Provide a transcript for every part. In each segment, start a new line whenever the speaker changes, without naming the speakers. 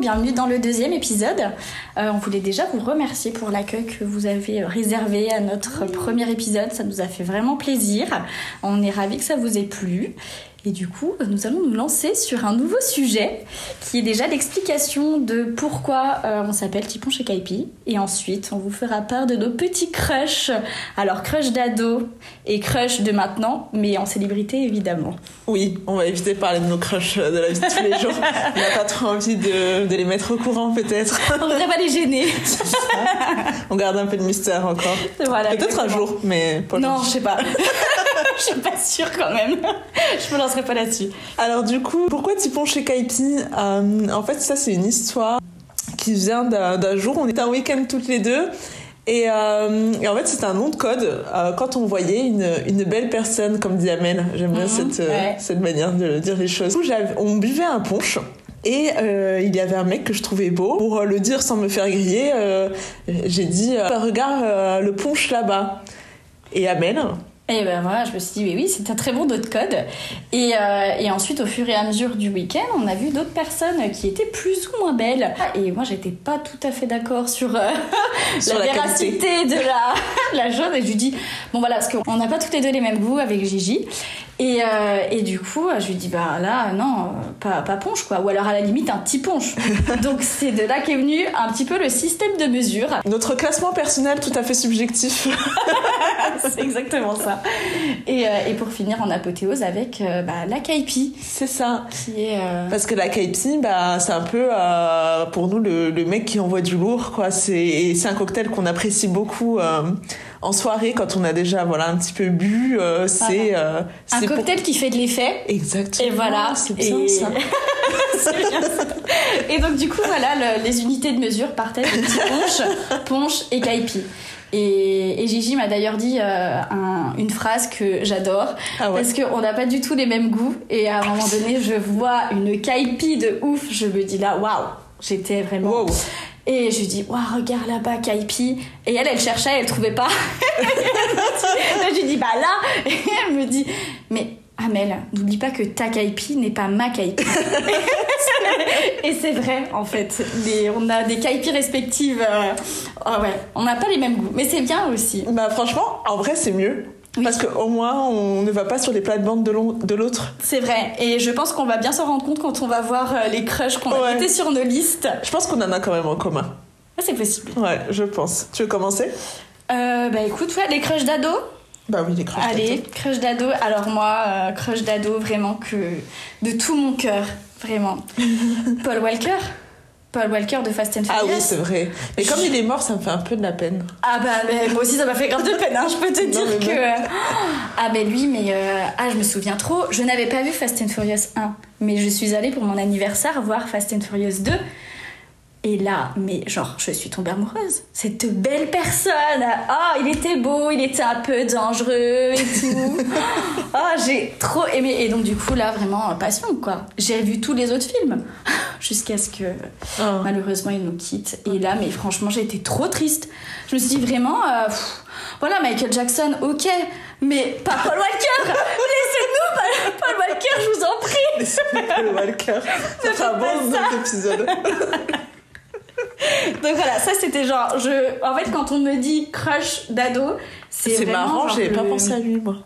bienvenue dans le deuxième épisode. Euh, on voulait déjà vous remercier pour l'accueil que vous avez réservé à notre premier épisode. Ça nous a fait vraiment plaisir. On est ravis que ça vous ait plu. Et du coup, nous allons nous lancer sur un nouveau sujet qui est déjà l'explication de pourquoi euh, on s'appelle Tipon chez Kaipi. Et ensuite, on vous fera part de nos petits crushs. Alors, crush d'ado et crush de maintenant, mais en célébrité évidemment.
Oui, on va éviter de parler de nos crushs de la vie de tous les jours. On n'a pas trop envie de, de les mettre au courant, peut-être.
On voudrait pas les gêner.
On garde un peu de mystère encore.
Voilà,
Peut-être
Bah
un
exactement.
jour, mais pas
Non,
aujourd'hui.
je sais pas. Je suis pas sûre quand même. Je me lancerai pas là-dessus.
Alors du coup, pourquoi Tipon chez Kaipi Euh, En fait, ça c'est une histoire qui vient d'un d'un jour. On était un week-end toutes les deux. Et, euh, et en fait, c'est un nom de code euh, quand on voyait une, une belle personne, comme dit Amel. J'aime bien
Mhm,
cette, euh,
ouais.
cette manière de dire les choses. Du coup, j'avais- on buvait un punch. Et euh, il y avait un mec que je trouvais beau. Pour euh, le dire sans me faire griller, euh, j'ai dit euh, Regarde euh, le punch là-bas. Et Amel,
Et ben voilà, je me suis dit, mais oui, c'est un très bon dos de code. Et, euh, et ensuite, au fur et à mesure du week-end, on a vu d'autres personnes qui étaient plus ou moins belles.
Ah.
Et moi, j'étais pas tout à fait d'accord sur, euh,
Sur la
la,
qualité.
véracité de la, de la chose. Et je lui dis, bon voilà, parce qu'on n'a pas toutes les deux les mêmes goûts avec Gigi. Et, euh, et du coup, je lui dis, bah là, non, euh, pas, pas ponche quoi. Ou alors à la limite, un petit ponche. Donc c'est de là qu'est venu un petit peu le système de mesure.
notre classement personnel tout à fait subjectif.
C'est exactement ça. Et, euh, et pour finir en apothéose avec euh, bah, la Kaipi,
c'est ça.
qui est. euh,
Parce que la KFC, bah, c'est un peu euh, pour nous le, le mec qui envoie du lourd, quoi. C'est et c'est un cocktail qu'on apprécie beaucoup euh, en soirée quand on a déjà voilà un petit peu bu. euh, c'est euh,
un
c'est pour-
cocktail qui fait de l'effet.
Exactement.
Et voilà.
c'est bien
Et-
ça.
C'est bien ça. Et donc, du coup, voilà, le- les unités de mesure partagent de petit ponche, ponche et kaipi. Et, et Gigi m'a d'ailleurs dit euh, un- une phrase que j'adore.
Ah ouais. Ah,
Parce qu'on n'a pas du tout les mêmes goûts. Et à un moment donné, je vois une kaipi de ouf. Je me dis là, waouh, j'étais vraiment.
Wow.
Et je lui dis, waouh, regarde là-bas, Kaipi. Et elle, elle cherchait, elle trouvait pas. là, je lui dis, bah là. Et elle me dit, mais Amel, n'oublie pas que ta Kaipi n'est pas ma Kaipi. Et c'est vrai, en fait. Les- on a des Kaipi respectives. euh, ah ouais, on n'a pas les mêmes goûts. Mais c'est bien aussi.
Bah franchement, en vrai, c'est mieux.
Oui.
Parce qu'au moins, on ne va pas sur les plates-bandes de l'on- de l'autre.
C'est vrai. Et je pense qu'on va bien s'en rendre compte quand on va voir euh, les crushs qu'on a
Ouais.
notés sur nos listes. Ah,
Je pense qu'on en a quand même en commun.
c'est possible.
Ouais, je pense. Tu veux commencer
Euh, bah écoute, ouais, les crushs d'ado.
Bah oui, les crushs.
Allez, crush d'ado. Alors moi, euh, crush d'ado, vraiment que de tout mon cœur, vraiment. Paul Walker Paul Walker de Fast and
Ah
Furious.
oui, c'est vrai. Mais comme il est mort, ça me fait un peu de la peine.
Ah bah mais moi aussi ça m'a fait grave de peine, hein, je peux te
Non,
dire
mais
que... euh, Ah bah lui, mais... euh, Ah je me souviens trop, je n'avais pas vu Fast and Furious 1, mais je suis allée pour mon anniversaire voir Fast and Furious 2. Et là, mais genre, je suis tombée amoureuse. Cette belle personne Oh, il était beau, il était un peu dangereux et tout. oh, j'ai trop aimé. Et donc du coup, là, vraiment, euh, passion, quoi. J'ai vu tous les autres films. Jusqu'à ce que...
Ah.
Malheureusement, il nous quitte. Et là, mais franchement, j'ai été trop triste. Je me suis dit vraiment, euh, pff, voilà, Michael Jackson, ok, mais pas Paul Walker Laissez-nous Paul, Paul Walker, je vous en prie
le Walker. Ça fait un
pas
bon autre épisode.
Donc voilà, ça c'était genre, je... en fait, quand on me dit crush d'ado, c'est
C'est
vraiment
marrant,
genre
j'avais pas
le-
pensé à lui, moi.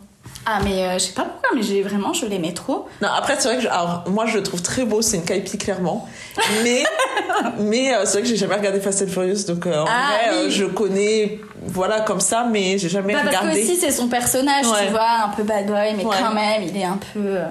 Ah, mais euh, je sais pas pourquoi, mais j'ai vraiment, je l'aimais trop.
Non, après, c'est vrai que je- alors, moi, je le trouve très beau, c'est une caipi, clairement. Mais, mais euh, c'est vrai que j'ai jamais regardé Fast and Furious, donc euh, en
Ah,
vrai, euh,
oui.
je connais, voilà, comme ça, mais j'ai jamais
Bah, parce que
regardé.
aussi, c'est son personnage,
Ouais.
tu vois, un peu bad boy, mais
Ouais.
quand même, il est un peu. euh,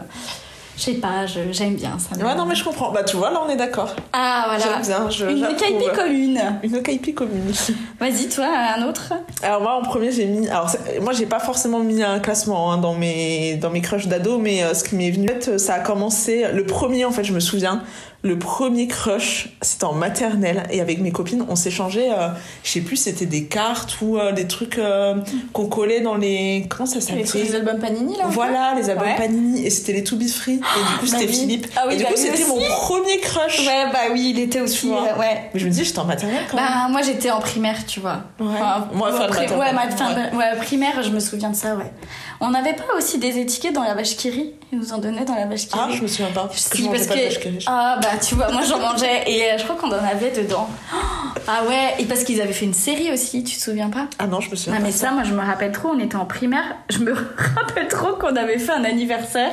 Je sais pas, je- j'aime bien ça.
Ouais, non, mais je comprends. Bah, tu vois, là, on est d'accord.
Ah voilà.
J'aime bien, je-
Une
j'approuve.
caipi commune.
Une caipi commune.
Vas-y, toi, un autre
Alors moi en premier j'ai mis alors c'est- moi j'ai pas forcément mis un classement hein, dans mes dans mes crushs d'ado mais euh, ce qui m'est venu en fait, euh, ça a commencé le premier en fait je me souviens le premier crush c'était en maternelle et avec mes copines on s'échangeait euh, je sais plus c'était des cartes ou euh, des trucs euh, qu'on collait dans les comment ça s'appelait
albums Panini, là
voilà les albums
Ouais.
Panini et c'était les To Be Free et du coup
bah
c'était
oui.
Philippe
Ah oui,
et du
bah
coup
lui
c'était mon
aussi.
premier crush
Ouais, bah oui, il était aussi.
Tu vois.
euh, ouais.
mais je me dis j'étais en maternelle quand même
Bah, moi j'étais en primaire, tu vois.
Ouais. Moi,
moi,
fin de
pri-
maternelle.
ouais, ma- fin de- ouais, primaire, je me souviens de ça, ouais. On n'avait pas aussi des étiquettes dans la vache qui rit Ils nous en donnaient dans la vache qui
ah
rit.
je me souviens pas parce que
Si,
je mangeais
parce
pas de
que-
vache qui rit.
Ah, bah voilà, tu vois, moi j'en mangeais et euh, je crois qu'on en avait dedans. Oh, ah ouais, et parce qu'ils avaient fait une série aussi, tu te souviens pas
Ah non, je me souviens
Ah
pas.
mais ça, moi je me rappelle trop, on était en primaire, je me rappelle trop qu'on avait fait un anniversaire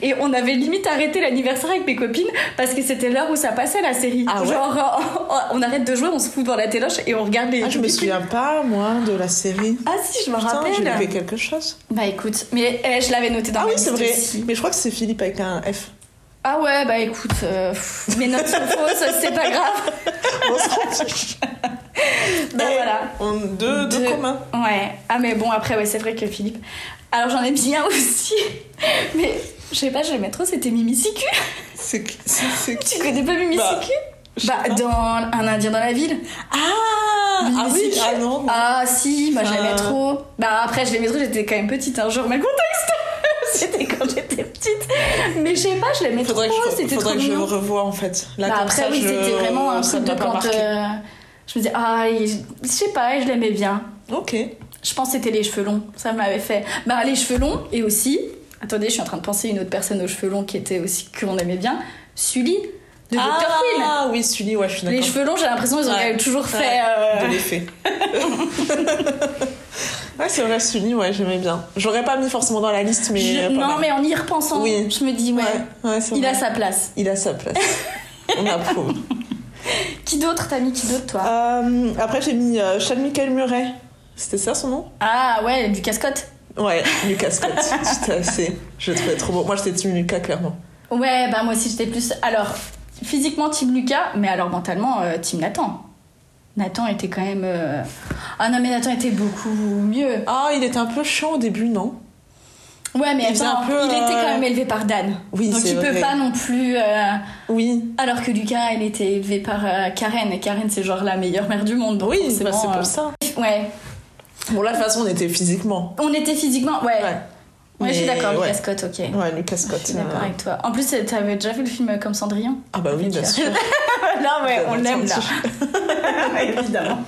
et on avait limite arrêté l'anniversaire avec mes copines parce que c'était l'heure où ça passait la série.
Ah ouais
Genre euh, on arrête de jouer, on se fout dans la téloche et on regarde les...
Ah, je me souviens pas, moi, de la série.
Ah si, je me
Putain, j'ai loupé
rappelle.
quelque chose.
Bah écoute, mais eh, je l'avais noté dans
Ah
ma
oui, c'est
liste
vrai.
aussi.
Mais je crois que c'est Philippe avec un F.
Ah ouais, bah écoute, euh, pff, mes notes sont fausses, c'est pas grave.
On s'en fiche.
Bah
Eh,
voilà.
On, deux, deux,
Deux.
communs.
Ouais. Ah mais bon après ouais c'est vrai que Philippe. Alors j'en ai bien aussi, mais je sais pas je l'aimais trop c'était Mimi Siku.
C'est qui- c'est- c'est qui
Tu connais pas Mimi
Bah,
Siku
je sais
Bah
pas.
dans Un Indien dans la ville.
Ah Ah oui,
Musique.
ah non. non.
Ah si moi je l'aimais
Euh.
trop. Bah après je l'aimais trop j'étais quand même petite hein je remets le contexte. c'était quand j'étais petite. Mais je sais pas je l'aimais trop
Faudrait que je,
c'était trop
faudrait que je
mignon.
revoie en fait. Là,
Bah,
comme
après
ça,
oui
je-
c'était vraiment un
ça
truc de
m'a pas
quand.
marqué.
euh, Je me disais ah il- je sais pas je l'aimais bien.
euh, Ok.
Je pense que c'était les cheveux longs, ça m'avait fait. Bah les cheveux longs et aussi, attendez, je suis en train de penser à une autre personne aux cheveux longs qui était aussi que l'on aimait bien, Sully de Dr. Quinn.
Ah oui, Sully, ouais, je suis
Les
d'accord.
cheveux longs, j'ai l'impression ils ont
Ouais.
quand même toujours
Ouais.
fait. euh,
De l'effet. ouais, c'est vrai, Sully, ouais, j'aimais bien. J'aurais pas mis forcément dans la liste, mais.
je-
pas
Non
mal.
mais en y repensant,
Oui.
je me dis ouais,
Ouais, ouais, c'est
il
vrai.
a sa place.
Il a sa place. On approuve.
Qui d'autre t'as mis qui d'autre toi
Euh, après, j'ai mis euh, Charles Michael Murray. C'était ça son nom
Ah ouais, du cascotte.
Ouais, Lucas Scott. C'était assez. Je le trouvais trop beau. Moi, j'étais Team Lucas, clairement.
Ouais, bah moi aussi j'étais plus. Alors physiquement Team Lucas, mais alors mentalement euh, Team Nathan. Nathan était quand même. euh, Ah non mais Nathan était beaucoup mieux.
Ah, il était un peu chiant au début, non
Ouais, mais
Il faisait
attends,
un peu,
il était
euh,
quand même élevé par Dan.
Oui,
Donc
c'est
il peut
vrai.
pas non plus. euh,
Oui,
Alors que Lucas, il était élevé par euh, Karen. Et Karen, c'est genre la meilleure mère du monde. donc
oui, bah, c'est
forcément,
pour
euh,
ça.
Ouais.
Bon, là, de toute façon, on était physiquement.
On était physiquement. Ouais. Ouais, je suis
Mais
d'accord,
ouais.
Lucas Scott, ok.
Ouais, Lucas Scott.
Je suis d'accord
euh,
avec toi. En plus, t'avais déjà vu le film euh, comme Cendrillon
Ah bah oui, bien sûr.
Non, mais on
Bien
l'aime là.
sûr.
Évidemment.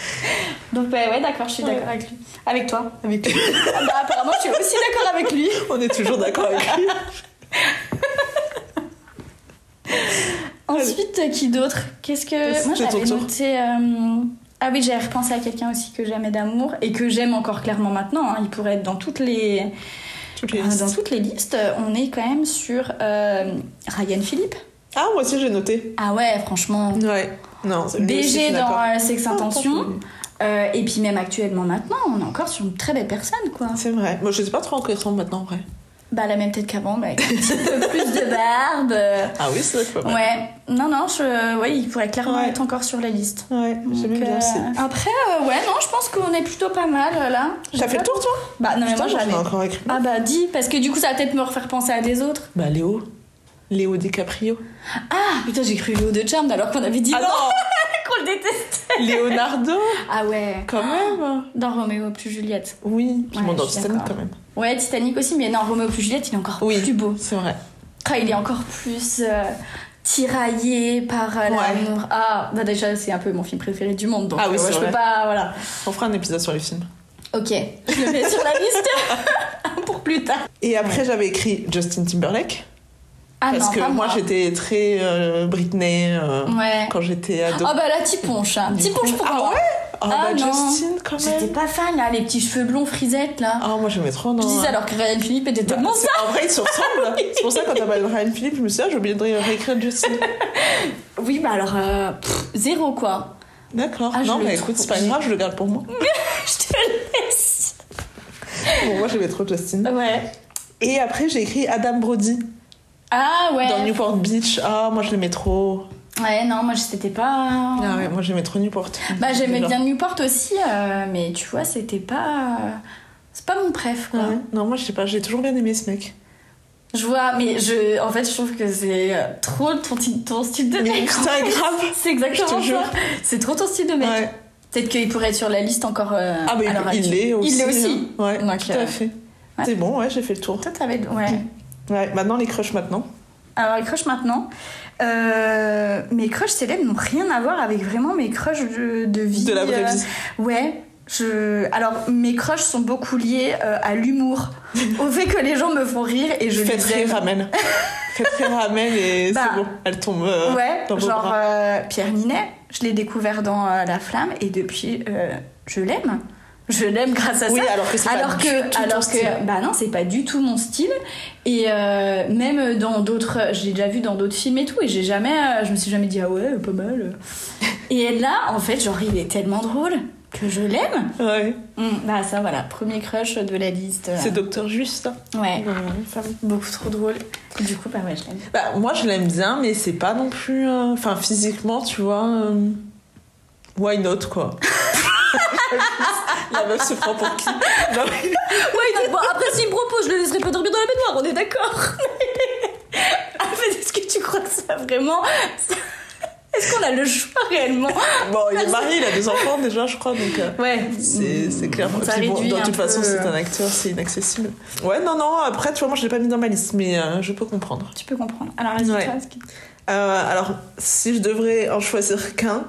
Donc, ouais, ouais d'accord, je suis
Ouais.
d'accord avec lui. Avec toi. Avec lui. Ah bah, apparemment, je suis aussi d'accord avec lui.
On est toujours d'accord avec lui.
Ensuite, euh, qui d'autre Qu'est-ce que.
C'était
Moi, j'avais
ton tour.
noté. euh, Ah oui, j'ai repensé à quelqu'un aussi que j'aimais d'amour et que j'aime encore clairement maintenant. hein. Il pourrait être dans toutes les,
Toutes les
euh,
listes.
dans toutes les listes. On est quand même sur euh, Ryan Philippe.
Ah, moi aussi, j'ai noté.
Ah ouais, franchement.
Ouais. Non, c'est- lui aussi, je
BG
suis
dans
d'accord. Ah,
euh, Sex Intention. Euh, et puis même actuellement maintenant, on est encore sur une très belle personne quoi.
C'est vrai. Moi, je sais pas trop en quoi il ressemble maintenant, en vrai.
Bah la même tête qu'avant, mais avec un petit peu plus de barbe. euh,
Ah oui, c'est vrai. que-
Ouais, non, non, je... ouais, il pourrait clairement
Ouais.
être encore sur la liste.
Ouais, j'aimais
Donc,
bien
euh,
aussi.
Après, euh, ouais, non, je pense qu'on est plutôt pas mal euh, là.
T'as fait le tour, toi
Bah non, mais moi
Putain,
j'avais.
j'en ai encore écrit.
Ah bah dis, parce que du coup ça va peut-être me refaire penser à des autres.
Bah, Léo. Léo DiCaprio.
Ah putain, j'ai cru Léo de Charmed alors qu'on avait dit
Ah
non,
non
qu'on le déteste.
Leonardo,
Ah ouais,
quand même.
dans Roméo plus Juliette.
Oui. Puis
Ouais,
bon, dans
je suis
Titanic,
d'accord.
quand même.
Ouais, Titanic aussi, mais non, Roméo plus Juliette, il est encore
Oui.
plus beau.
C'est vrai.
Ah, il est encore plus euh, tiraillé par euh,
Ouais.
l'amour. Ah, bah déjà, c'est un peu mon film préféré du monde, donc
Ah oui,
euh, ouais,
c'est
je peux
vrai.
pas, voilà.
On fera un épisode sur les films.
Ok, je le mets sur la liste pour plus tard.
Et après, j'avais écrit Justin Timberlake.
Ah
parce
non,
que
pas
moi, j'étais très euh, Britney euh,
Ouais.
quand j'étais ado.
Ah bah là, t'y ponche, hein. T'y ponche pour
Ah
moi.
ouais Oh,
Ah
bah,
non.
Justin, quand
J'étais
même.
pas fan, là, les petits cheveux blonds frisettes, là.
Ah, moi, j'aimais trop, non.
je disais alors que Ryan Philippe était
Bah,
tellement...
c'est- En vrai, ils se ressemblent. c'est pour ça, quand t'as parlé de Ryan Philippe, je me suis dit, ah, j'ai oublié de ré- réécrire Justin.
Oui, bah alors, euh, pff, zéro, quoi.
D'accord.
Ah, je
non,
le
mais
trouve-
écoute, c'est pas grave, je le garde pour moi.
je te laisse.
Bon, moi, j'aimais trop Justin.
Ouais.
Et après, j'ai écrit Adam Brody
Ah ouais.
dans Newport Beach. Ah, moi, je l'aimais trop.
Ouais, non, moi, c'était pas...
Ah ouais, moi, j'aimais trop Newport.
Bah j'aimais
Genre.
bien Newport aussi, euh, mais tu vois, c'était pas... euh, C'est pas mon préf, quoi.
Ah Ouais. Non, moi, je sais pas, j'ai toujours bien aimé ce mec.
Je vois, mais je... En fait, je trouve que c'est euh, trop ton, ti- ton style de
Mais
mec.
putain, grave.
C'est exactement
Je te
ça. C'est trop ton style de mec.
Ouais.
Peut-être qu'il pourrait être sur la liste encore. euh,
Ah, mais
à l'heure
il
actuelle.
l'est aussi.
Il l'est aussi.
hein. Ouais,
Donc,
tout
euh,
à fait.
ouais.
C'est bon, ouais, j'ai fait le tour.
Toi, t'avais. Ouais.
Ouais, maintenant, les crushs, maintenant.
Alors, les crushs maintenant. Euh, mes crushs célèbres n'ont rien à voir avec vraiment mes crushs de, de vie.
De la vraie
euh,
vie.
Ouais. Je... Alors, mes crushs sont beaucoup liés euh, à l'humour, au fait que les gens me font rire et je
Faites
les
rire
aime.
Amel. Faites rire Amel et
Bah,
c'est bon. Elle tombe euh,
ouais,
dans vos
genre
bras.
euh, Pierre Ninet, je l'ai découvert dans euh, La Flamme et depuis, euh, je l'aime. Je l'aime grâce à
Oui,
ça.
alors que c'est pas
alors
du tout
que,
ton
alors
style.
que, bah non, c'est pas du tout mon style. Et euh, même dans d'autres, je l'ai déjà vu dans d'autres films et tout, et j'ai jamais, euh, je me suis jamais dit ah ouais, pas mal. et là, en fait, genre il est tellement drôle que je l'aime.
Ouais.
Hum, bah ça, voilà, premier crush de la liste.
C'est Docteur Juste. ça.
Ouais,
Ouais, femme.
beaucoup trop drôle. Du coup, bah ouais, je l'aime.
Bah, moi, je l'aime bien, mais c'est pas non plus. euh, Enfin, physiquement, tu vois. euh, Why not, quoi. La meuf se prend pour qui Non, mais-
Ouais, donc, bon, après, s'il me propose, je le laisserai pas dormir dans la baignoire, on est d'accord. Ah, mais Est-ce que tu crois que ça vraiment. ça- Est-ce qu'on a le choix réellement
Bon, il est marié, il a deux enfants déjà, je crois, donc. euh,
Ouais.
C'est c'est clair.
Ça
Puis bon,
réduit
de
un
toute
peu,
façon, c'est
euh,
un acteur, c'est inaccessible. Ouais, non, non, après, tu vois, moi, je l'ai pas mis dans ma liste, mais euh, je peux comprendre.
Tu peux comprendre. Alors, vas-y,
Ouais.
toi, est-ce que-
Euh, alors, si je devrais en choisir qu'un,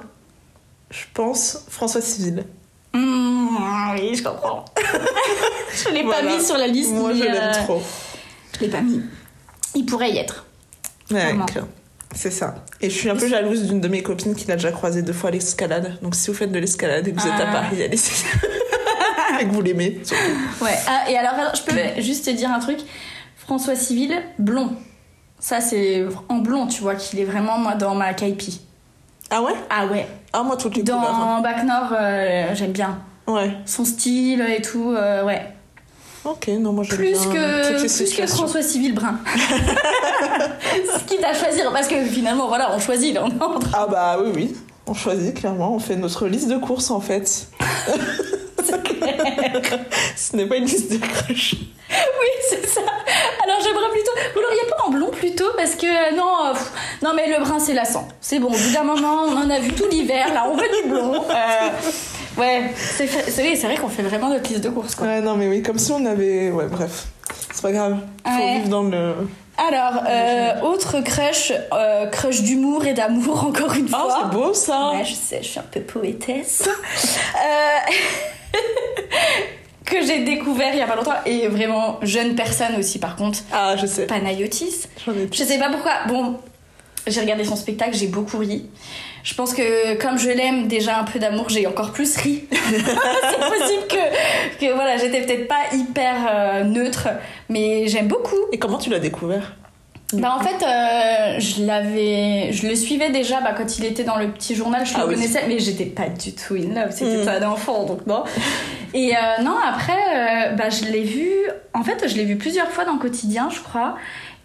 je pense François Civil.
Mmh, oui, je comprends. je l'ai
Voilà.
pas mis sur la liste.
Moi,
mais,
je l'aime
euh,
trop.
Je l'ai pas mis. Il pourrait y être.
Ouais,
Vraiment.
clair. C'est ça. Et je suis un peu jalouse d'une de mes copines qui l'a déjà croisé deux fois à l'escalade. Donc si vous faites de l'escalade et que vous êtes à
Ah.
Paris, allez Et que vous l'aimez. surtout.
Ouais. Ah, et alors, alors, je peux juste te dire un truc. François Civil, blond. Ça, c'est en blond, tu vois, qu'il est vraiment, moi, dans ma caipi.
Ah ouais
Ah ouais.
Ah moi toutes les couleurs. hein.
Dans Bac Nord, euh, j'aime bien
Ouais.
son style et tout, euh, ouais.
Ok, non moi j'aime
Plus
bien euh,
que,
toutes les
plus que
situations.
François Civil Brun. Ce qui t'a choisi, parce que finalement, voilà, on choisit, là, on est en train-
Ah bah oui oui. On choisit clairement, on fait notre liste de courses en fait. Ce n'est pas une liste de crush.
Oui, c'est ça. Alors j'aimerais plutôt. Vous l'auriez pas en blond plutôt, parce que euh, non, euh, pff, non mais le brun c'est lassant. C'est bon, au bout d'un moment, on en a vu tout l'hiver, là, on veut du blond. Euh, ouais, c'est fa- c'est oui, c'est vrai qu'on fait vraiment notre liste de course, quoi.
Ouais non mais oui, comme si on avait... Ouais bref. C'est pas grave. Faut
Ouais.
vivre dans le...
Alors, euh, autre crush, euh, crush d'humour et d'amour, encore une
Oh
fois.
c'est beau ça
Ouais, je sais, je suis un peu poétesse. Euh, que j'ai découvert il y a pas longtemps et vraiment jeune personne aussi par contre.
Ah je sais.
Panayotis.
J'en ai
Euh, Je sais pas pourquoi. Bon, j'ai regardé son spectacle, j'ai beaucoup ri. Je pense que comme je l'aime déjà un peu d'amour, j'ai encore plus ri. C'est possible que, que voilà, j'étais peut-être pas hyper euh, neutre, mais j'aime beaucoup.
Et comment tu l'as découvert
Bah en fait, euh, je l'avais, je le suivais déjà bah, quand il était dans le petit journal, je le
Ah oui.
connaissais, mais j'étais pas du tout in love, c'était
Mm.
un enfant donc non. Et euh, non après, euh, bah je l'ai vu, en fait je l'ai vu plusieurs fois dans quotidien, je crois.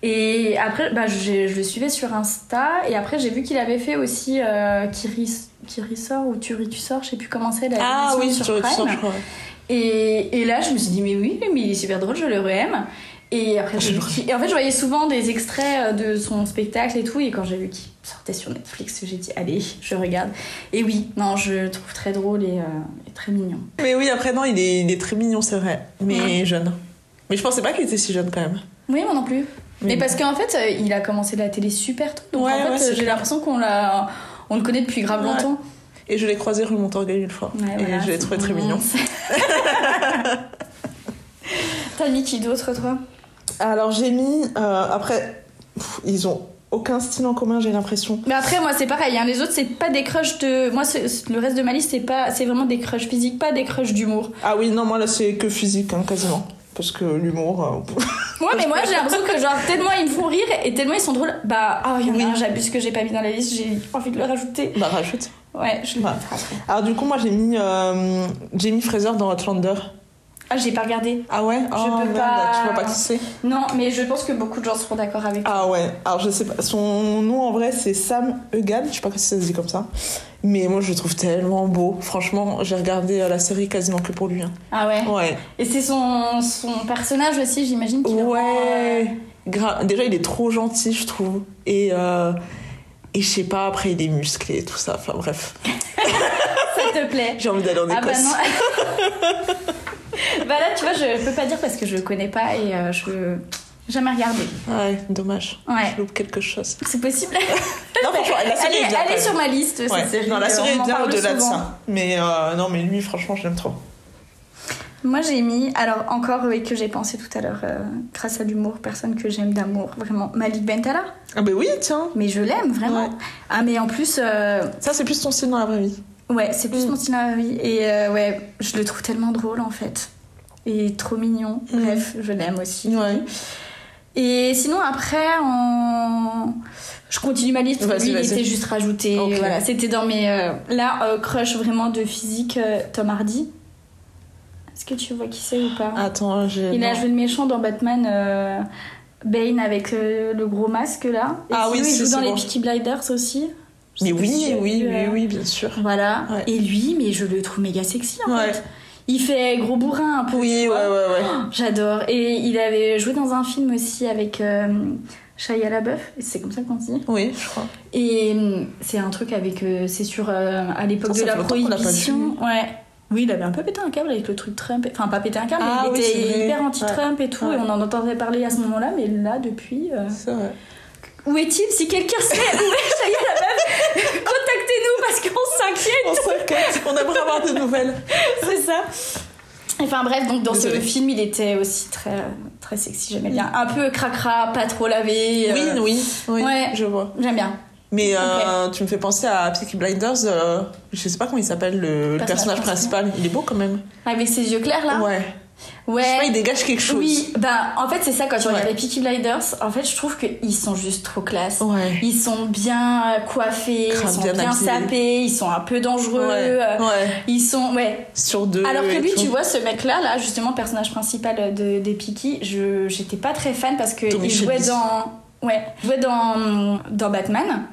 Et après, bah j'ai- je, le suivais sur Insta et après j'ai vu qu'il avait fait aussi euh, Kiri, Kiri sort ou Tu ris tu sors, je sais plus comment c'est la
Ah
émission
oui,
sur
sur
Prime.
je crois.
Et, et là, je me suis dit, mais oui, mais il est super drôle, je le re-aime. Et
Ah,
après, j'ai vu qu'il- et en fait, je voyais souvent des extraits euh, de son spectacle et tout. Et quand j'ai vu qu'il sortait sur Netflix, j'ai dit, allez, je regarde. Et oui, non, je le trouve très drôle et, euh, et très mignon.
Mais oui, après, non, il est, il est très mignon, c'est vrai. Mais
Ah.
jeune. Mais je pensais pas qu'il était si jeune quand même.
Oui, moi non plus.
Mais
Mais parce qu'en fait, euh, il a commencé la télé super tôt. Donc
Ouais,
en fait,
ouais, c'est
euh, j'ai
clair.
l'impression qu'on l'a. On le connaît depuis grave
Ouais.
longtemps.
Et je l'ai croisé rue Montorgueil une fois.
Ouais,
et
voilà,
je l'ai
c'est
trouvé très mignon.
T'as mis qui d'autre, toi
Alors j'ai mis. euh, après, pff, ils ont aucun style en commun, j'ai l'impression.
Mais après, moi, c'est pareil. hein. Les autres, c'est pas des crushs de. Moi, c'est- c'est- le reste de ma liste, c'est pas. C'est vraiment des crushs physiques, pas des crushs d'humour.
Ah oui, non, moi là, c'est que physique, hein, quasiment. Parce que l'humour. euh,
Moi, mais moi, j'ai l'impression que, genre, tellement ils me font rire et tellement ils sont drôles. Bah, ah, il y en
Oui.
a un, j'abuse que j'ai pas mis dans la liste, j'ai envie de le rajouter.
bah, rajoute.
Ouais, je le
Ouais.
mettrai après.
Bah. Alors du coup, moi j'ai mis euh, Jamie Fraser dans Outlander.
Ah, j'ai pas regardé.
Ah ouais Oh,
peux
merde,
pas.
tu vois pas qui c'est
Non, mais je pense que beaucoup de gens seront d'accord avec
Ah ouais, alors je sais pas, son nom en vrai c'est Sam Egan, je sais pas si ça se dit comme ça, mais moi je le trouve tellement beau, franchement j'ai regardé euh, la série quasiment que pour lui. hein.
Ah ouais.
Ouais,
Et c'est son, son personnage aussi, j'imagine. qui le rend,
ouais, Gra- déjà il est trop gentil je trouve, et, euh, et je sais pas, après il est musclé et tout ça, enfin bref,
euh, Ça te plaît.
j'ai envie d'aller en
Ah
Écosse.
bah non. bah là, tu vois, je peux pas dire parce que je connais pas et euh, je. Jamais regardé.
Ouais, dommage,
Ouais.
je loupe quelque chose.
C'est possible.
Non, franchement, la série
Elle
est
est,
bien.
elle est
quand
sur ma liste,
même.
cette
Ouais.
série.
Non, la
euh,
série
on
est
en
bien
parle
au-delà de
souvent.
ça. Mais euh, non, mais lui, franchement, je l'aime trop.
Moi, j'ai mis, alors encore, et que j'ai pensé tout à l'heure, euh, grâce à l'humour, personne que j'aime d'amour, vraiment, Malik Bentala.
Ah, bah oui, tiens.
Mais je l'aime, vraiment.
Ouais.
Ah, mais en plus, euh,
Ça, c'est plus ton style dans la vraie vie.
ouais, c'est plus
Mm.
mon style dans la vie. Et euh, ouais, je le trouve tellement drôle, en fait. Et trop mignon.
Mm.
Bref, je l'aime aussi.
Ouais.
Et sinon, après, en... je continue ma liste. parce que
Vas-y,
lui, il
vas-y.
était juste rajouté.
Ok.
Voilà, c'était dans mes. euh, Là, euh, crush vraiment de physique, euh, Tom Hardy. Est-ce que tu vois qui c'est ou pas
Attends, j'ai.
Il a
Ah, euh, non.
joué le méchant dans Batman. euh, Bane avec euh, le gros masque là. Et
Ah oui,
sinon, il
si,
joue
c'est
dans les
bon.
Peaky Blinders aussi. Je sais
Mais
pas si tu
oui,
as
oui,
vu,
oui,
euh,
oui, bien sûr.
Voilà.
Ouais.
Et lui, mais je le trouve méga sexy en
Ouais.
fait. Il fait gros bourrin un peu.
Oui, ouais,
tu vois.
ouais, ouais.
J'adore. Et il avait joué dans un film aussi avec euh, Shia LaBeouf, c'est comme ça qu'on dit.
Oui, je crois.
Et euh, c'est un truc avec. euh, c'est sur. euh, à l'époque
Oh,
de
ça
la
fait longtemps qu'on l'a pas
prohibition. Ouais. Oui, il avait un peu pété un câble avec le truc Trump. Enfin, pas pété un câble,
Ah
mais il
oui, c'est
était
vrai.
hyper anti-Trump et tout.
Ouais.
Et on en entendait parler à ce moment-là, mais là, depuis. euh,
C'est vrai.
Où est-il Si quelqu'un sait où est Shia LaBeouf, contactez-nous parce qu'on s'inquiète
On s'inquiète, on aimerait avoir des nouvelles.
C'est ça. Enfin bref, donc dans
Désolée.
ce film, il était aussi très, très sexy, j'aimais bien. Un peu cracra, pas trop lavé.
Oui,
euh,
oui, oui,
Ouais.
je vois.
J'aime bien.
Mais euh, tu me fais penser à Peaky Blinders, euh, je sais pas comment il s'appelle, le, le
Personnage
personnage principal. Il est beau quand même.
Avec ses yeux clairs là.
ouais.
Ouais.
Je sais pas, il dégage quelque chose.
Oui, bah en fait c'est ça quand tu regardes
Ouais.
les Peaky Blinders, en fait je trouve qu'ils sont juste trop classe.
Ouais.
Ils sont bien euh, coiffés, ils
Grave
sont bien,
bien habillés.
sapés, ils sont un peu dangereux.
Ouais.
euh,
ouais.
Ils sont ouais.
Sur deux.
Alors que
et
lui,
tout.
tu vois ce mec là, là justement le personnage principal de, des Peaky, je j'étais pas très fan parce que
Tommy
il jouait
Shelby.
dans ouais, il jouait dans dans Batman.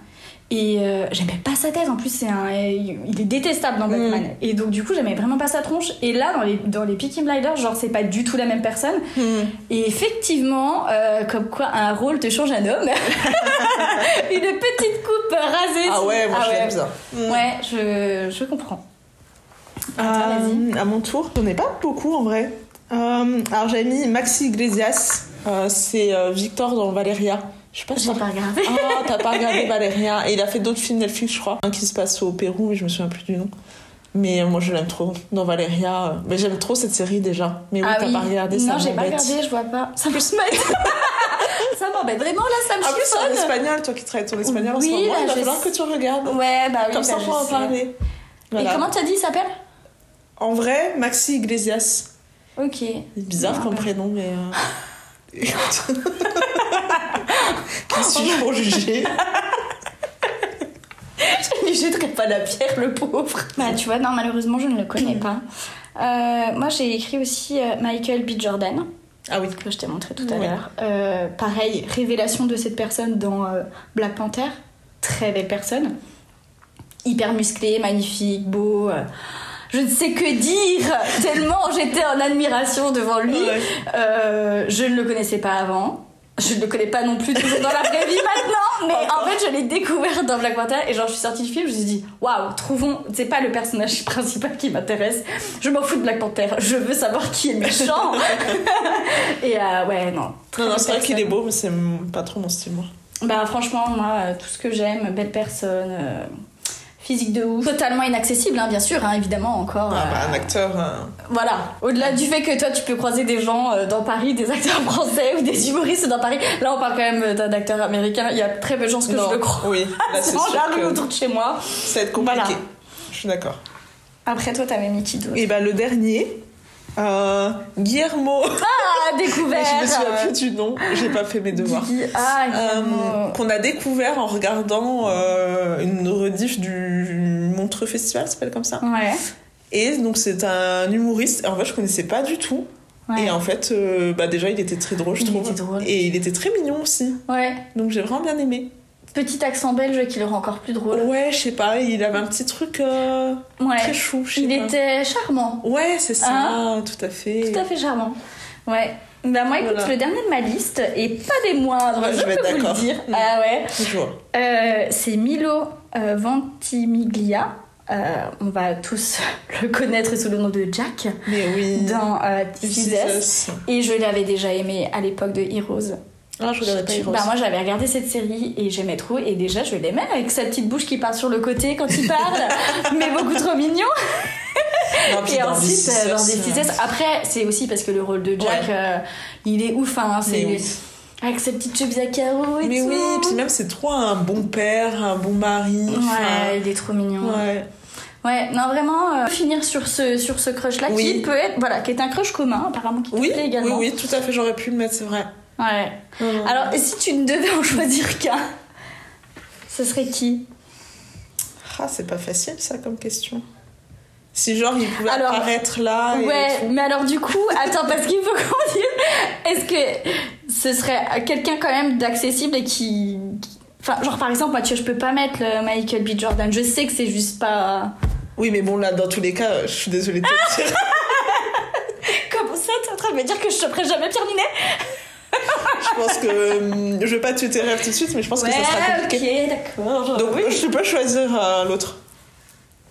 Et euh, j'aimais pas sa tête, en plus c'est un, euh, il est détestable dans
Mm.
Batman. Et donc du coup j'aimais vraiment pas sa tronche. Et là dans les, dans les Peaky Blinders, genre c'est pas du tout la même personne.
Hmm.
Et effectivement, euh, comme quoi un rôle te change un homme. Une petite coupe rasée.
Ah
sous-
ouais, moi
Ah
je
ouais.
l'aime Hmm. ça.
Ouais, je, je comprends. Ah,
Euh, à mon tour, j'en ai pas beaucoup en vrai. Euh, alors j'ai mis Maxi Iglesias, Euh, c'est euh, Victor dans Valeria. Je sais pas si
J'ai pas regardé.
Ah, t'as pas regardé Valeria. Et il a fait d'autres films Netflix, je crois. Un qui se passe au Pérou, mais je me souviens plus du nom. Mais euh, moi, je l'aime trop. Dans Valeria. euh, Mais j'aime trop cette série déjà. Mais oui,
Ah
t'as pas regardé ça.
Non, j'ai pas
m'embête.
regardé, je vois pas. Ça m'embête. ça m'embête vraiment là, ça me
En plus, c'est en
chiffonne.
espagnol, toi qui travailles ton espagnol
Oui,
en ce moment.
là,
il va
je
falloir
sais.
que tu regardes.
Ouais, bah oui.
Comme ça,
bah,
on
je
pourra en
sais.
parler.
Et
Voilà.
comment t'as dit, il s'appelle
En vrai, Maxi Iglesias.
Ok.
C'est bizarre
Ouais,
comme
bah.
prénom, mais. euh, Écoute. Qui suis-je pour juger
Je lui jetterai pas la pierre, le pauvre. Bah, tu vois, non, malheureusement, je ne le connais pas. Euh, moi, j'ai écrit aussi euh, Michael B. Jordan,
Ah oui.
que je t'ai montré tout à
Ouais.
l'heure. Euh, pareil, révélation de cette personne dans euh, Black Panther. Très belle personne. Hyper musclé, magnifique, beau. euh, je ne sais que dire, tellement j'étais en admiration devant lui.
Ouais.
Euh, je ne le connaissais pas avant. Je ne le connais pas non plus toujours dans la vraie vie maintenant, mais en fait je l'ai découvert dans Black Panther et genre je suis sortie du film, je me suis dit waouh, trouvons, c'est pas le personnage principal qui m'intéresse, je m'en fous de Black Panther, je veux savoir qui est le méchant. et euh, ouais, non.
Non, non, c'est vrai qu'il est beau, mais c'est m- pas trop mon style, moi.
Bah franchement, moi euh, tout ce que j'aime, belle personne, euh, physique de ouf, totalement inaccessible hein, bien sûr, hein, évidemment encore.
Ah, bah,
euh,
un acteur. euh,
voilà, au-delà du fait que toi tu peux croiser des gens euh, dans Paris, des acteurs français ou des humoristes dans Paris, là on parle quand même euh, d'un acteur américain, il y a très peu de chances que
non.
je le croise
Oui, là, c'est
en
sûr
la rue
que
autour de chez moi.
ça va être compliqué.
Voilà.
Je suis d'accord.
Après toi t'avais mis qui d'autre
Et bah, le dernier, euh, Guillermo.
Ah, découvert
je me souviens
euh,
plus du nom, j'ai pas fait mes devoirs.
Guy- Ah,
Euh,
Guillermo.
qu'on a découvert en regardant euh, une rediff du Montreux Festival, ça s'appelle comme ça.
Ouais,
Et donc c'est un humoriste, en fait je connaissais pas du tout.
ouais.
Et en fait, euh, bah déjà il était très drôle, je
Il
trouve.
était drôle.
Et il était très mignon aussi.
ouais.
Donc j'ai vraiment bien aimé.
Petit accent belge qui le rend encore plus drôle.
Ouais, je sais pas, il avait un petit truc euh, très
Ouais.
chou, je sais
Il
pas.
était charmant.
Ouais, c'est ça,
Hein
tout à fait.
Tout à fait charmant. Ouais. Bah moi écoute,
Voilà.
le dernier de ma liste, et pas des moindres,
Ouais,
je,
je vais être
peux vous le
d'accord.
dire.
Mm.
Ah ouais.
Je vois.
Euh, c'est Milo euh, Ventimiglia. Euh, on va tous le connaître sous le nom de Jack
Mais oui.
dans euh,
Jesus.
This Is Us. Et je l'avais déjà aimé à l'époque de Heroes.
Ah, je regardais pas
Tu-
Heroes.
Bah moi j'avais regardé cette série et j'aimais trop et déjà je l'aimais avec sa petite bouche qui part sur le côté quand il parle mais beaucoup trop mignon
Non, Ah, puis
et
dans
ensuite
This Is
euh, dans
Us,
This Is
euh,
Us, après c'est aussi parce que le rôle de Jack euh, il est ouf hein, c'est
Mais oui.
avec ses petites cheveux à carreaux et
Mais
tout
oui, puis même c'est trop un bon père, un bon mari.
ouais il est trop mignon
enfin, ouais.
Ouais, non vraiment euh, finir sur ce sur ce crush là
Oui.
qui peut être voilà qui est un crush commun apparemment qui te
Oui,
plaît
oui,
également. Ah,
oui, tout à fait, j'aurais pu le mettre, c'est vrai.
Ouais. Alors et si tu ne devais en choisir qu'un, ce serait qui
Ah, c'est pas facile ça comme question. Si genre il pouvait
Alors,
apparaître là. et
Ouais,
tout.
Ah, mais alors du coup, attends parce qu'il faut qu'on dise est-ce que ce serait euh, quelqu'un quand même d'accessible et qui qui- Enfin, genre par exemple, moi, tu vois, je peux pas mettre le Michael B. Jordan. Je sais que c'est juste pas.
Oui, mais bon, là, dans tous les cas, euh, je suis désolée de
Ah
te le dire.
Comment ça, t'es en train de me dire que je choperai jamais Pierre Ninet
je pense que. euh, je vais pas tuer tes rêves tout de suite, mais je pense que ça sera compliqué.
ok, Oh, d'accord.
Donc, euh, je peux choisir euh, l'autre.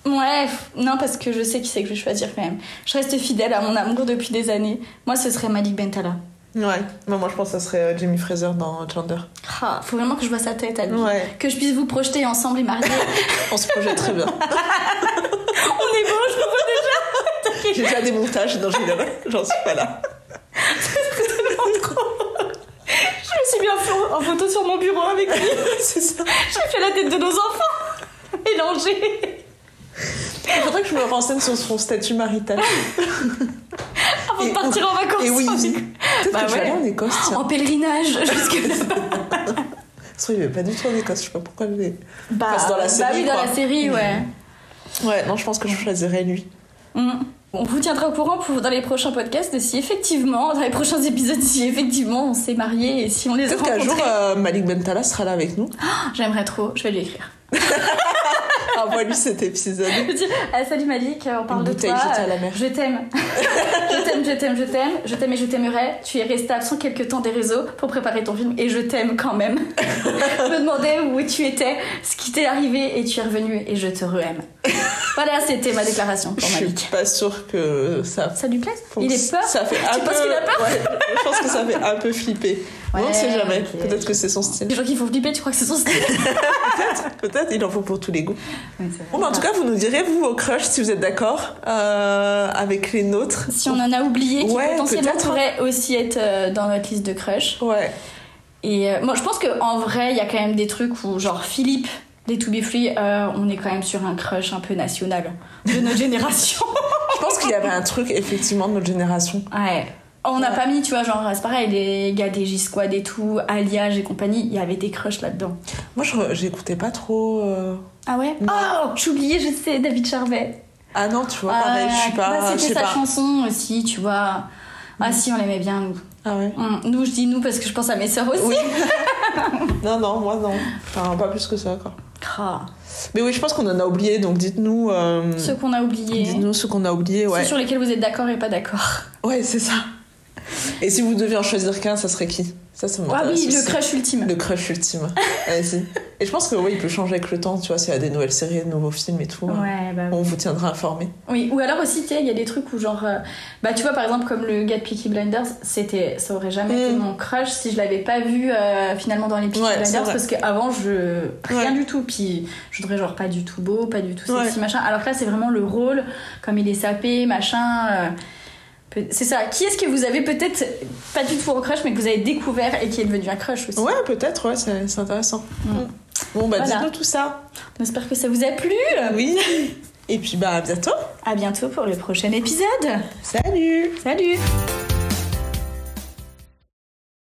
Ouais, f- non, parce que je sais qui c'est que je vais choisir quand même. Je reste fidèle à mon amour depuis des années. Moi, ce serait Malik Bentala.
Ouais, moi, moi je pense que ça serait euh, Jimmy Fraser dans Chandler.
Ah, faut vraiment que je vois sa tête à lui.
Ouais,
Que je puisse vous projeter ensemble et marier.
on se projette très bien.
On est bon, je vous vois
J'ai déjà des montages, non, je rigole, j'en suis pas là.
Je me suis bien en photo sur mon bureau avec lui.
C'est ça.
J'ai fait la tête de nos enfants. Mélangée.
Il faudrait que je me renseigne sur son statut marital.
Avant de
Et-
partir en vacances.
Et oui,
en-
oui. peut-être
Bah
que je vais
ouais.
aller en Écosse, tiens.
En pèlerinage jusque là-bas. Oh.
Soit il veut pas du tout en Écosse, je sais pas pourquoi je l'ai.
Bah,
Parce dans la
bah
série,
oui, dans
quoi.
la série, ouais.
Ouais, non, je pense que je choisirais lui.
Mm. On vous tiendra au courant pour, dans les prochains podcasts de si effectivement, dans les prochains épisodes, si effectivement on s'est mariés et si on les a
Peut-être qu'un
rencontrés.
jour, euh, Malik Bentala sera là avec nous.
J'aimerais trop, je vais lui écrire.
Envoie-lui cet épisode.
Je vais dire, ah, salut Malik, on parle
Une
de
bouteille
toi.
jetée à la mer.
Je t'aime. je t'aime, je t'aime, je t'aime. Je t'aime et je t'aimerai. Tu es resté absent quelques temps des réseaux pour préparer ton film et je t'aime quand même. je me demandais où tu étais, ce qui t'est arrivé et tu es revenu et je te re-aime. voilà, c'était ma déclaration pour
Je suis
Malik.
pas sûre que ça
Ça lui plaît
fonctionne.
Il est peur
Ça fait un
Tu penses
peu-
qu'il a peur
Ouais, je pense que ça fait un peu flipper.
Ouais,
on ne sait jamais.
ok.
Peut-être que c'est son style.
Les gens qui font flipper, tu crois que c'est son style
Peut-être, il en faut pour tous les goûts. Bon, mais en tout cas, vous nous direz, vous, au crush, si vous êtes d'accord euh, avec les nôtres.
si on en a oublié, qui
Ouais,
potentiellement
peut-être. hein.
pourrait aussi être euh, dans notre liste de crush.
Ouais.
Et euh, moi, je pense qu'en vrai, il y a quand même des trucs où, genre, Philippe, des To Be Free, euh, on est quand même sur un crush un peu national de notre génération.
Je pense qu'il y avait un truc, effectivement, de notre génération.
Ouais. On n'a
Ouais.
pas mis, tu vois, genre, c'est pareil, les gars des G-Squad et tout, Alliage et compagnie, il y avait des crushs là-dedans.
Moi, je re- j'écoutais pas trop. euh,
Ah ouais Oh J'oubliais, je sais, David Charvet.
Ah non, tu vois, pareil, je suis
Ah,
pas. je sais
C'était sa
pas.
chanson aussi, tu vois. Ah si, on l'aimait bien, nous.
Ah ouais.
Hum, Nous, je dis nous parce que je pense à mes sœurs aussi.
Oui. non, non, moi non. Enfin, pas plus que ça, quoi.
Ah,
Mais oui, je pense qu'on en a oublié, donc dites-nous. euh,
Ceux qu'on a oubliés.
Dites-nous ce qu'on a oublié, ouais.
Ceux sur lesquels vous êtes d'accord et pas d'accord.
Ouais, c'est ça. Et si vous deviez en choisir qu'un, ça serait qui Ça, ça
Ah
m'intéresse
oui, le
aussi.
crush ultime.
Le crush ultime. Vas-y. Et je pense que oui, il peut changer avec le temps, tu vois, s'il y a des nouvelles séries, de nouveaux films et tout.
Ouais, bah oui.
On vous tiendra informés.
oui. Ou alors aussi, tu sais, il y a des trucs où, genre, euh, bah tu vois, par exemple, comme le gars de Peaky Blinders, c'était, ça aurait jamais
Mm.
été mon crush si je l'avais pas vu euh, finalement dans les Peaky
Ouais, c'est
Blinders
vrai.
parce qu'avant, je. rien
Ouais.
du tout. Puis je voudrais, genre, pas du tout beau, pas du tout sexy,
Ouais.
machin. Alors que là, c'est vraiment le rôle, comme il est sapé, machin. euh, peut- C'est ça. Qui est-ce que vous avez peut-être pas du tout en crush, mais que vous avez découvert et qui est devenu un crush aussi
Ouais, peut-être, ouais, c'est c'est intéressant.
Mm.
Mm. Bon, bah,
Voilà. Euh,
dites-nous tout ça.
On espère que ça vous a plu.
Oui. Et puis, bah, à bientôt.
À bientôt pour le prochain épisode.
Salut
Salut